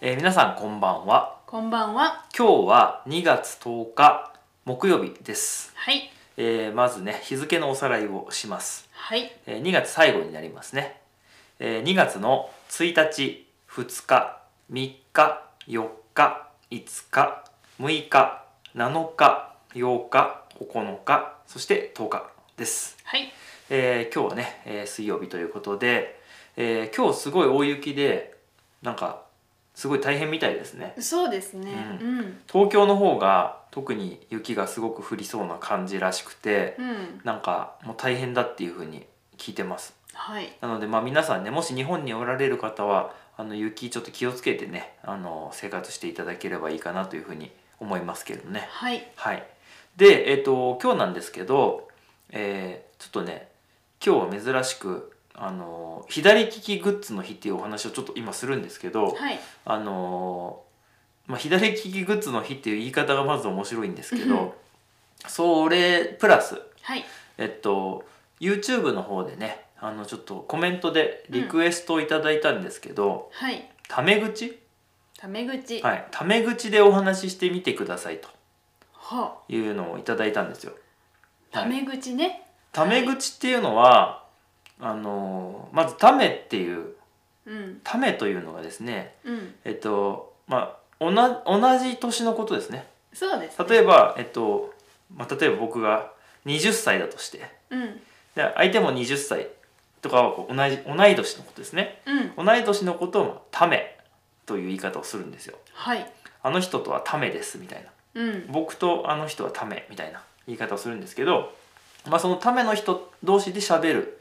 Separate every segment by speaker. Speaker 1: えー皆さんこんばんは
Speaker 2: こんばんは。
Speaker 1: 今日は2月10日木曜日です、
Speaker 2: はい。
Speaker 1: えーまずね日付のおさらいをします、
Speaker 2: はい。
Speaker 1: えー2月最後になりますね、え2月の1日2日3日4日5日6日7日8日9日そして10日です
Speaker 2: はい。
Speaker 1: えー今日はね、えー水曜日ということで、えー今日すごい大雪でなんかすごい大変みたいですね
Speaker 2: そうですね。
Speaker 1: う
Speaker 2: うん。
Speaker 1: 東京の方が特に雪がすごく降りそうな感じらしくて
Speaker 2: うん。
Speaker 1: なんかもう大変だっていう風に聞いてます
Speaker 2: はい。
Speaker 1: なのでまあ皆さんねもし日本におられる方はあの雪ちょっと気をつけてねあの生活していただければいいかなという風に思いますけどね
Speaker 2: はい。
Speaker 1: はい。で、えっ、と、今日なんですけど、えーちょっとね、今日は珍しく、あのー左利きグッズの日っていうお話をちょっと今するんですけど、
Speaker 2: はい。
Speaker 1: あのーまあ、左利きグッズの日っていう言い方がまず面白いんですけ
Speaker 2: うんうん
Speaker 1: ど、それプラス、
Speaker 2: はい。
Speaker 1: えっと、YouTube の方でね、あの、ちょっとコメントでリクエストをいただいたんですけど、
Speaker 2: はい。
Speaker 1: タメ口
Speaker 2: タメ口。は
Speaker 1: はい。タメ口でお話ししてみてくださいと
Speaker 2: あ。
Speaker 1: いうのをいただいたんですよ。
Speaker 2: タメ口ね。
Speaker 1: タメ口っていうのはあのまず「タメ」っていう
Speaker 2: うん。
Speaker 1: 「タメ」というのがですね
Speaker 2: うん。
Speaker 1: えっとまあおな同じ年のことですね
Speaker 2: そうです、ね。
Speaker 1: 例えばえっと、まあ、例えば僕が20歳だとして
Speaker 2: うん。
Speaker 1: で相手も20歳とかはこう同じ同い年のことですね
Speaker 2: うん。
Speaker 1: 同い年のことをまあ「タメ」という言い方をするんですよ
Speaker 2: はい。
Speaker 1: あの人とは「タメ」ですみたいな
Speaker 2: うん。
Speaker 1: 僕とあの人はためみたいな言い方をするんですけど、まあ、そのための人同士で喋る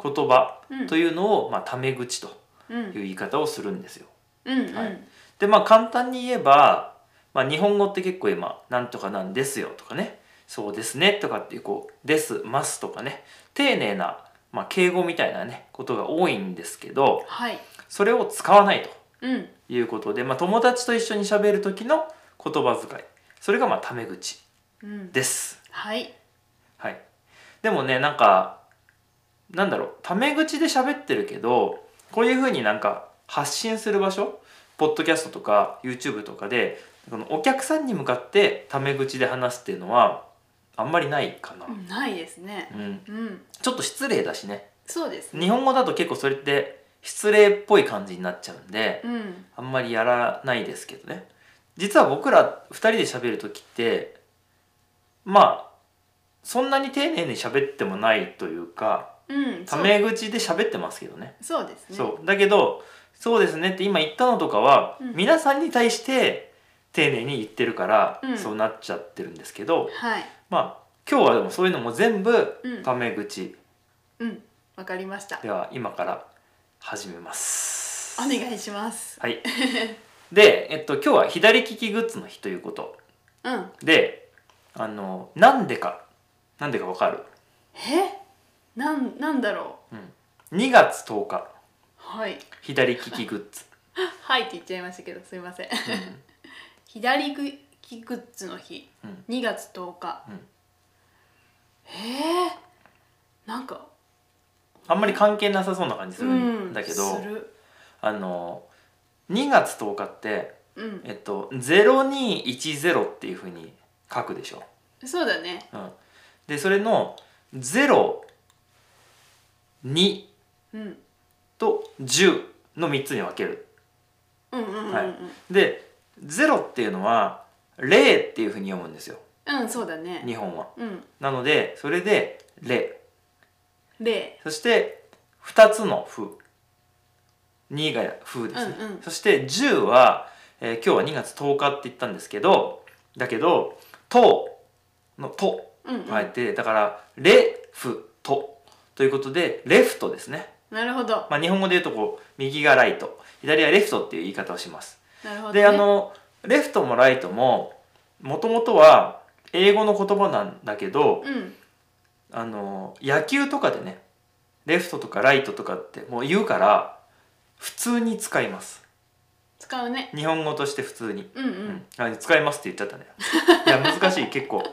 Speaker 1: 言葉
Speaker 2: うん。
Speaker 1: というのを、まあ、ため口と
Speaker 2: うん。
Speaker 1: いう言い方をするんですよ。
Speaker 2: うん。うん。
Speaker 1: はいでまあ簡単に言えば、まあ、日本語って結構今「なんとかなんですよ」とかね「そうですね」とかっていうこう「です」「ます」とかね丁寧な、まあ、敬語みたいなねことが多いんですけど
Speaker 2: はい。
Speaker 1: それを使わないと
Speaker 2: うん。
Speaker 1: いうことで、まあ、友達と一緒に喋る時の言葉遣いそれがまあため口
Speaker 2: うん。
Speaker 1: です。
Speaker 2: はい。
Speaker 1: はい、でもねなんかなんだろうタメ口で喋ってるけどこういう風になんか発信する場所ポッドキャストとか YouTube とかでこのお客さんに向かってタメ口で話すっていうのはあんまりないかな、
Speaker 2: うんないですね。
Speaker 1: うん、
Speaker 2: うん。
Speaker 1: ちょっと失礼だしね
Speaker 2: そうですね。
Speaker 1: 日本語だと結構それって失礼っぽい感じになっちゃうんで
Speaker 2: うん。
Speaker 1: あんまりやらないですけどね実は僕ら2人で喋る時ってまあそんなに丁寧に喋ってもないというか
Speaker 2: うん。
Speaker 1: タメ口で喋ってますけどね
Speaker 2: そう。そうですね。
Speaker 1: そうだけど「そうですね」って今言ったのとかは、
Speaker 2: うん
Speaker 1: 皆さんに対して丁寧に言ってるから、
Speaker 2: うん
Speaker 1: そうなっちゃってるんですけど
Speaker 2: はい。
Speaker 1: まあ今日はでもそういうのも全部
Speaker 2: うん
Speaker 1: タメ口
Speaker 2: うん。わかりました。
Speaker 1: では今から始めます。
Speaker 2: お願いします。
Speaker 1: はい、で、えっと、今日は左利きグッズの日ということ
Speaker 2: うん。
Speaker 1: であのなんでかなんでかわかる、
Speaker 2: えなんなんだろう
Speaker 1: うん、2月10日
Speaker 2: はい
Speaker 1: 左利きグ ッズ、
Speaker 2: はいって言っちゃいましたけどすいません
Speaker 1: うん
Speaker 2: 左利きグッズの日、
Speaker 1: うん
Speaker 2: 2月10日、
Speaker 1: うん
Speaker 2: えー、なんか
Speaker 1: あんまり関係なさそうな感じする
Speaker 2: うん
Speaker 1: んだけど、
Speaker 2: する
Speaker 1: あの2月10日って、
Speaker 2: うん
Speaker 1: えっと、0210っていうふうに書くでしょ、
Speaker 2: そうだね
Speaker 1: うん、でそれの02
Speaker 2: うん
Speaker 1: と10の3つに分ける
Speaker 2: うんうんうんうん、
Speaker 1: はで0っていうのは0っていうふうに読むんですよ
Speaker 2: うんそうだね
Speaker 1: 日本は
Speaker 2: うん
Speaker 1: なのでそれで「れ
Speaker 2: 例」
Speaker 1: そして2つの「ふ」2が「ふ」ですね、
Speaker 2: うんうん
Speaker 1: そして「10は、えー今日は2月10日って言ったんですけどだけど「と」の「と
Speaker 2: うん、」うん
Speaker 1: が入ってだから「れ」「ふ」「と」ということで「レフト」ですね、
Speaker 2: なるほど
Speaker 1: まあ、日本語で言うとこう右がライト左はレフトっていう言い方をします
Speaker 2: なるほど、ね、
Speaker 1: であのレフトもライトももともとは英語の言葉なんだけど
Speaker 2: うん
Speaker 1: あの野球とかでねレフトとかライトとかってもう言うから普通に使います
Speaker 2: 使うね
Speaker 1: 日本語として普通に、
Speaker 2: うんう
Speaker 1: うん
Speaker 2: ん、
Speaker 1: あ使いますって言っちゃった ねいや難しい結構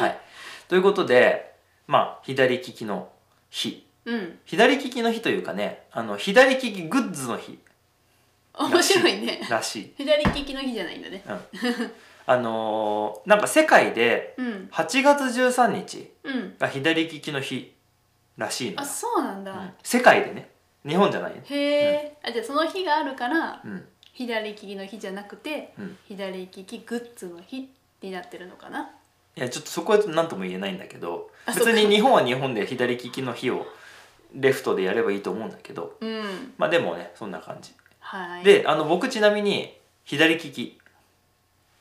Speaker 1: はいということでまあ左利きの日
Speaker 2: うん
Speaker 1: 左利きの日というかねあの左利きグッズの日
Speaker 2: 面白いね
Speaker 1: らしい。
Speaker 2: 左利きの日じゃないんだね
Speaker 1: あのーなんか世界で
Speaker 2: うん
Speaker 1: 8月13日
Speaker 2: うん
Speaker 1: が左利きの日らしいの
Speaker 2: あ
Speaker 1: よ、
Speaker 2: そうなんだ、
Speaker 1: うん世界でね日本じゃないよ、
Speaker 2: へえ、あじゃあその日があるから
Speaker 1: うん、
Speaker 2: 左利きの日じゃなくて、
Speaker 1: うん
Speaker 2: 左利きグッズの日になってるのかない
Speaker 1: やちょっとそこは何とも言えないんだけど
Speaker 2: あ
Speaker 1: 別
Speaker 2: そ
Speaker 1: に
Speaker 2: っか
Speaker 1: 日本は日本で左利きの日をレフトでやればいいと思うんだけど
Speaker 2: うん
Speaker 1: まあでもねそんな感じ、
Speaker 2: はい
Speaker 1: であの僕ちなみに左利き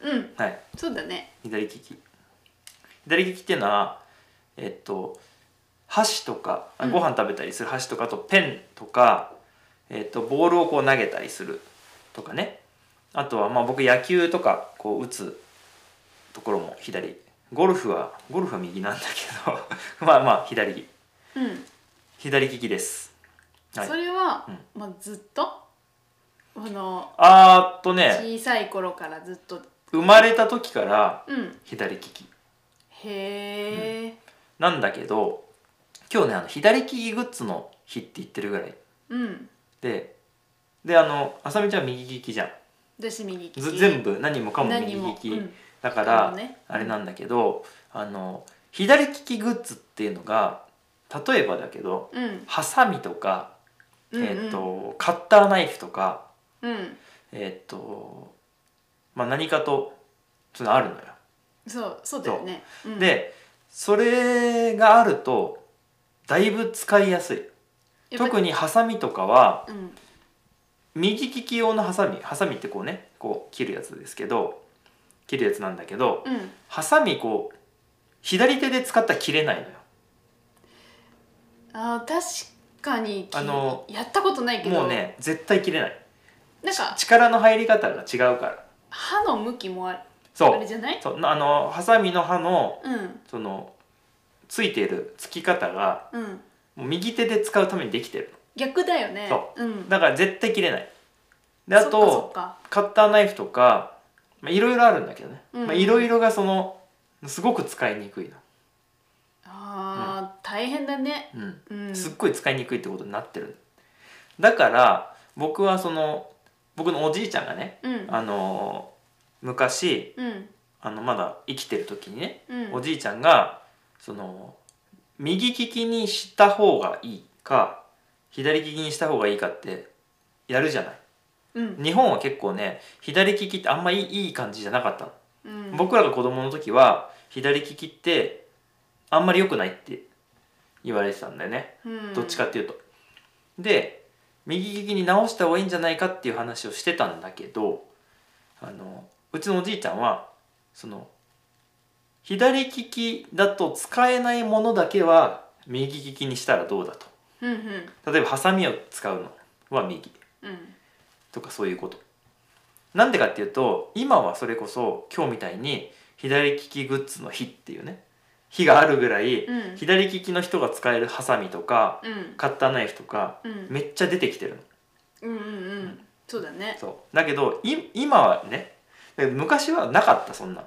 Speaker 2: うん
Speaker 1: はい
Speaker 2: そうだね
Speaker 1: 左利き左利きっていうのはえっと箸とかあ
Speaker 2: うん
Speaker 1: ご飯食べたりする箸とかあとペンとか、えっと、ボールをこう投げたりするとかねあとはまあ僕野球とかこう打つところも左ゴルフはゴルフは右なんだけど まあまあ左
Speaker 2: うん、
Speaker 1: 左利きですはい
Speaker 2: それは、
Speaker 1: う
Speaker 2: まあ、ずっとあの
Speaker 1: あーっとね
Speaker 2: 小さい頃からずっと
Speaker 1: 生まれた時から
Speaker 2: うん
Speaker 1: 左利き
Speaker 2: へえ
Speaker 1: なんだけど今日ねあの左利きグッズの日って言ってるぐらい
Speaker 2: うん、
Speaker 1: でであのあさみちゃん右利きじゃん
Speaker 2: 私右利き
Speaker 1: ず全部何もかも右
Speaker 2: 何
Speaker 1: 利
Speaker 2: も
Speaker 1: き、
Speaker 2: うん
Speaker 1: だか
Speaker 2: なる
Speaker 1: ら、
Speaker 2: ほどね
Speaker 1: あれなんだけどあの左利きグッズっていうのが例えばだけど
Speaker 2: うん
Speaker 1: ハサミとか、
Speaker 2: うんうん
Speaker 1: えっとカッターナイフとか
Speaker 2: うん
Speaker 1: えっとまあ何かとそういうのあるのよ。
Speaker 2: そうそうだよね、うん、
Speaker 1: でそれがあるとだいぶ使いやすい
Speaker 2: やっぱ
Speaker 1: 特にハサミとかは
Speaker 2: うん
Speaker 1: 右利き用のハサミハサミってこうねこう切るやつですけど切るやつなんだけど
Speaker 2: うん
Speaker 1: ハサミこう左手で使ったら切れないのよ
Speaker 2: あー確かにき
Speaker 1: あの
Speaker 2: やったことないけど
Speaker 1: もうね絶対切れない
Speaker 2: なんか
Speaker 1: 力の入り方が違うから
Speaker 2: 歯の向きもあ
Speaker 1: そ
Speaker 2: あ
Speaker 1: う
Speaker 2: れじゃない
Speaker 1: そうあのハサミの刃の
Speaker 2: うん
Speaker 1: そのついているつき方が
Speaker 2: うん
Speaker 1: もう右手で使うためにできてる
Speaker 2: 逆だよね、
Speaker 1: そう
Speaker 2: ん、
Speaker 1: だから絶対切れないであと
Speaker 2: そっか
Speaker 1: カッターナイフとかまあいろいろあるんだけどね
Speaker 2: うん
Speaker 1: まあいろいろがそのすごく使いにくいの、
Speaker 2: そっかあー、大変だね
Speaker 1: うん
Speaker 2: うん
Speaker 1: すっごい使いにくいってことになってるだから僕はその僕のおじいちゃんがね、
Speaker 2: うん
Speaker 1: あのー昔
Speaker 2: うん
Speaker 1: あのまだ生きてる時にね、
Speaker 2: うん
Speaker 1: おじいちゃんがその右利きにした方がいいか左利きにした方がいいかってやるじゃない
Speaker 2: うん
Speaker 1: 日本は結構ね左利きってあんまいいいい感じじゃなかったの
Speaker 2: うん
Speaker 1: 僕らが子供の時は左利きってあんまり良くないって言われてたんだよね
Speaker 2: うん
Speaker 1: どっちかっていうと。で右利きに直した方がいいんじゃないかっていう話をしてたんだけどあのうちのおじいちゃんはその左利きだと使えないものだけは右利きにしたらどうだと
Speaker 2: うんうん
Speaker 1: 例えばハサミを使うのは右
Speaker 2: うん
Speaker 1: とかそういうことなんでかっていうと今はそれこそ今日みたいに左利きグッズの日っていうね日があるぐらい
Speaker 2: うん
Speaker 1: 左利きの人が使えるハサミとか
Speaker 2: うん
Speaker 1: カッターナイフとか
Speaker 2: うん
Speaker 1: めっちゃ出てきてるの
Speaker 2: うんうんうんそうだね
Speaker 1: そうだけどい今はね昔はなかったそんな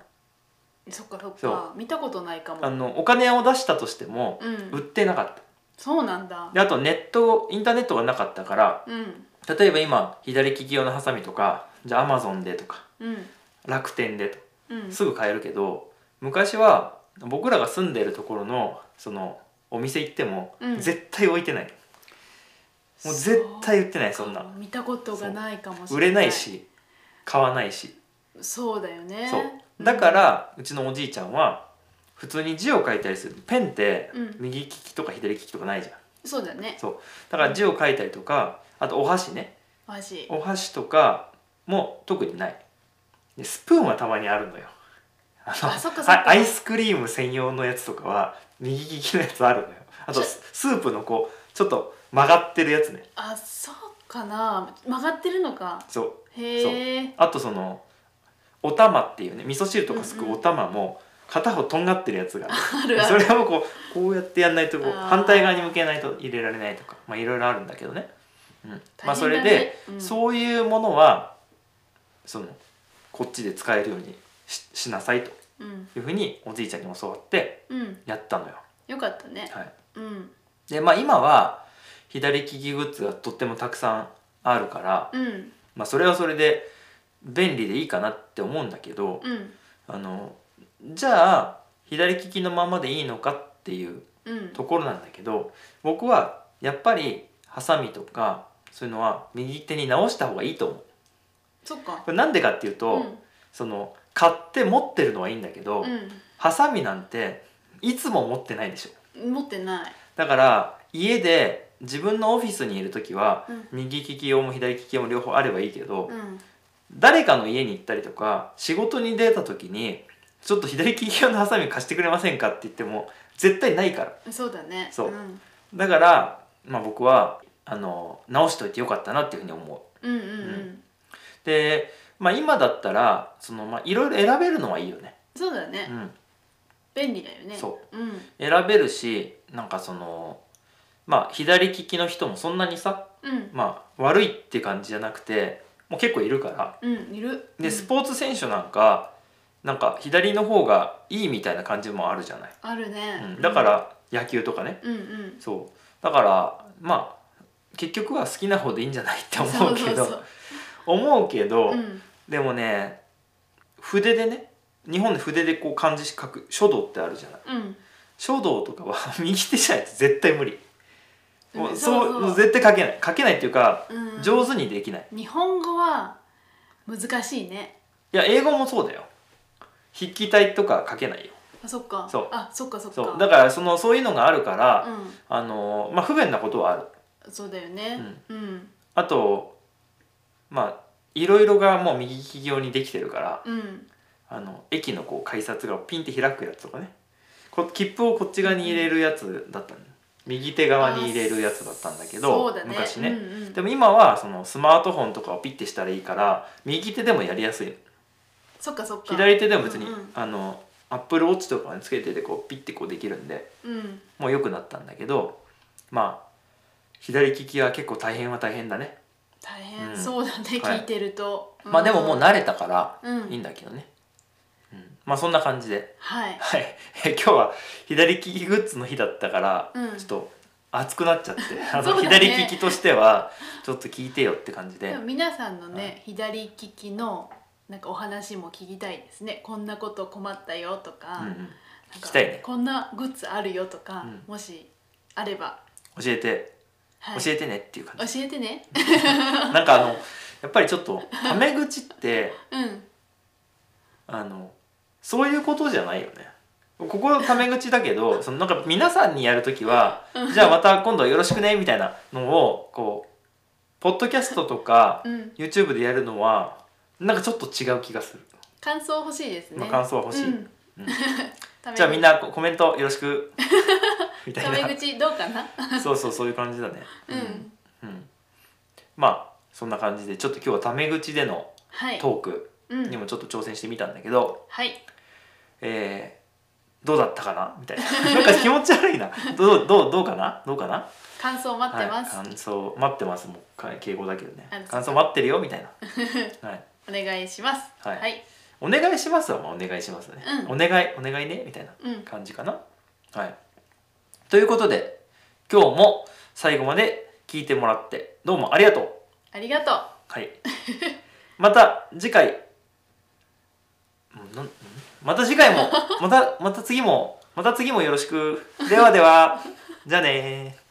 Speaker 2: そっかそっ
Speaker 1: そ
Speaker 2: か見たことないか
Speaker 1: あ
Speaker 2: も
Speaker 1: のお金を出したとしても
Speaker 2: う
Speaker 1: 売っ
Speaker 2: ん
Speaker 1: てなかった
Speaker 2: そうなんだ
Speaker 1: であとネットインターネットがなかったから
Speaker 2: うん
Speaker 1: 例えば今左利き用のハサミとかじゃあアマゾンでとか
Speaker 2: うん
Speaker 1: 楽天でとか
Speaker 2: うん
Speaker 1: すぐ買えるけど昔は僕らが住んでるところのそのお店行っても
Speaker 2: うん
Speaker 1: 絶対置いてない、もう絶対売ってないそんな
Speaker 2: 見たことがないかもしれない
Speaker 1: 売れないし買わないし、
Speaker 2: そうだよね
Speaker 1: そうだからうちのおじいちゃんは普通に字を書いたりするペンって
Speaker 2: うん
Speaker 1: 右利きとか左利きとかないじゃん
Speaker 2: そうだね
Speaker 1: だから字を書いたりとかあとお箸ね
Speaker 2: マジ
Speaker 1: お箸とかも特にないでスプーンはたまにあるのよあの
Speaker 2: あそっかそっ
Speaker 1: あ
Speaker 2: か
Speaker 1: アイスクリーム専用のやつとかは右利きのやつあるのよあと
Speaker 2: ちょ
Speaker 1: ススープのこうちょっと曲がってるやつね
Speaker 2: あそうかな曲がってるのか
Speaker 1: そう
Speaker 2: へえ
Speaker 1: あとそのお玉っていうね味噌汁とかすくお玉も片方とんがってるやつがあ
Speaker 2: あ
Speaker 1: る
Speaker 2: る あ
Speaker 1: そ
Speaker 2: る
Speaker 1: れはもうこうこうやってやんないとこう
Speaker 2: あー
Speaker 1: 反対側に向けないと入れられないとかまあいろいろあるんだけどね、うんまあそれで、
Speaker 2: う
Speaker 1: そういうものはそのこっちで使えるようにししなさいと
Speaker 2: うん
Speaker 1: いうふうにおじいちゃんに教わって
Speaker 2: うん
Speaker 1: やったのよ。
Speaker 2: よかったね
Speaker 1: はい、
Speaker 2: うん
Speaker 1: でまあ今は左利きグッズがとってもたくさんあるから
Speaker 2: うん
Speaker 1: まあ、それはそれで便利でいいかなって思うんだけど、
Speaker 2: うん
Speaker 1: あのじゃあ左利きのままでいいのかっていう
Speaker 2: うん
Speaker 1: ところなんだけど僕はやっぱりハサミとかそういうのは右手に直した方がいいと思う
Speaker 2: そっか
Speaker 1: これなんでかっていうと、
Speaker 2: うん
Speaker 1: その買って持ってるのはいいんだけど、ハサミなんていつも持ってないでしょ
Speaker 2: うん持ってない
Speaker 1: だから家で自分のオフィスにいる時は
Speaker 2: うん
Speaker 1: 右利き用も左利き用も両方あればいいけど、
Speaker 2: うん
Speaker 1: 誰かの家に行ったりとか仕事に出た時にちょっと左利き用のハサミ貸してくれませんかって言っても絶対ないから
Speaker 2: そうだね
Speaker 1: そうんだから、まあ、僕はあの直しといてよかったなっていうふうに思う
Speaker 2: うんうんうん
Speaker 1: で、まあ、今だったらそのまあいろいろ選べるのはいいよね、
Speaker 2: そうだ
Speaker 1: う
Speaker 2: ね
Speaker 1: ん、
Speaker 2: 便利だよね
Speaker 1: そう
Speaker 2: うん
Speaker 1: 選べるしなんかそのまあ左利きの人もそんなにさ、
Speaker 2: うん
Speaker 1: まあ、悪いって感じじゃなくてもう結構いるから
Speaker 2: うんいるう
Speaker 1: で
Speaker 2: ん
Speaker 1: スポーツ選手なんかなんか左の方がいいみたいな感じもあるじゃない、
Speaker 2: あるね
Speaker 1: うん、だから野球とかね
Speaker 2: うんうん
Speaker 1: そうだからまあ結局は好きな方でいいんじゃないって思うけど
Speaker 2: そうそう
Speaker 1: 思うけど、
Speaker 2: そううん
Speaker 1: でもね筆でね日本で筆でこう漢字書く書道ってあるじゃない
Speaker 2: うん
Speaker 1: 書道とかは 右手じゃないと絶対無理もうそうもう
Speaker 2: う
Speaker 1: 絶対書けない書けないっていうか
Speaker 2: うん
Speaker 1: 上手にできない
Speaker 2: 日本語は難しいね
Speaker 1: いや英語もそうだよ筆記体とか書けないよ
Speaker 2: あそっか
Speaker 1: そう
Speaker 2: あそっかそっか
Speaker 1: そうだからそのそういうのがあるから、
Speaker 2: う
Speaker 1: あのまあ不便なことはある
Speaker 2: んそうだよねうん
Speaker 1: あとまあいろいろがもう右利き用にできてるから
Speaker 2: うん
Speaker 1: あの駅のこう改札がピンって開くやつとかねこ切符をこっち側に入れるやつだったの右手側に入れるやつだったんだけど
Speaker 2: そうだね
Speaker 1: 昔ね、
Speaker 2: うんうん
Speaker 1: でも今はそのスマートフォンとかをピッてしたらいいから右手でもやりやすいの
Speaker 2: そっかそっか
Speaker 1: 左手でも別に、
Speaker 2: うん
Speaker 1: あのアップルウォッチとかにつけててこうピッてこうできるんで
Speaker 2: うん
Speaker 1: もう良くなったんだけどまあ左利きは結構大変は大変だね、
Speaker 2: 大変、
Speaker 1: うん
Speaker 2: そうだね
Speaker 1: はい
Speaker 2: 聞いてると、
Speaker 1: まあでももう
Speaker 2: な
Speaker 1: 慣れたから
Speaker 2: うん
Speaker 1: いいんだけどね、うん、まあそんな感じで
Speaker 2: はい
Speaker 1: はい、え今日は左利きグッズの日だったから、
Speaker 2: うん
Speaker 1: ちょっと熱くなっ ちゃってあ
Speaker 2: そ
Speaker 1: の、
Speaker 2: うだね
Speaker 1: 左利きとしてはちょっと聞いてよって感じで
Speaker 2: でも皆さんのね、
Speaker 1: は
Speaker 2: 左利きのなんかお話も聞きたいですねこんなこと困ったよとか,、
Speaker 1: うんう
Speaker 2: なんんか
Speaker 1: 聞きたいね
Speaker 2: こんなグッズあるよとか、
Speaker 1: うん
Speaker 2: もしあれば、
Speaker 1: 教えて、
Speaker 2: はい、
Speaker 1: 教えてねっていう感
Speaker 2: 教えてね
Speaker 1: じなんかあのやっぱりちょっとタメ口って
Speaker 2: うん
Speaker 1: あのそういうことじゃないよねここタメ口だけ どそのなんか皆さんにやるときはじゃあまた今度よろしくねみたいなのをこうポッドキャストとか
Speaker 2: うん
Speaker 1: YouTube でやるのはなんかちょっと違う気がする。
Speaker 2: 感想欲しいですね、
Speaker 1: まあ感想は欲しい
Speaker 2: うん
Speaker 1: うん
Speaker 2: タメ口
Speaker 1: じゃあみんなコメントよろしく みた
Speaker 2: タ
Speaker 1: い
Speaker 2: メ口どうかな
Speaker 1: なそうそうそういう感じだね
Speaker 2: うん、
Speaker 1: うん、うんまあそんな感じでちょっと今日はタメ口での
Speaker 2: はい、
Speaker 1: トーク
Speaker 2: うん
Speaker 1: にもちょっと挑戦してみたんだけど、
Speaker 2: はい
Speaker 1: えーどうだったかなみたいななんか気持ち悪いなどうどうどうかなどうかな
Speaker 2: 感想待ってます、
Speaker 1: はい、感想待ってますもうか敬語だけどね
Speaker 2: あそうか
Speaker 1: 感想待ってるよみたい なはい
Speaker 2: お願いします
Speaker 1: はい
Speaker 2: はい、
Speaker 1: お願いしますはまあお願いしますね、
Speaker 2: う
Speaker 1: お願いお願いねみたいな
Speaker 2: うん
Speaker 1: 感じかな。はい、ということで今日も最後まで聞いてもらってどうもありがとう。
Speaker 2: ありがとう
Speaker 1: はい また次回んなんんまた次回もまたまた次もまた次もよろしくではではじゃあねー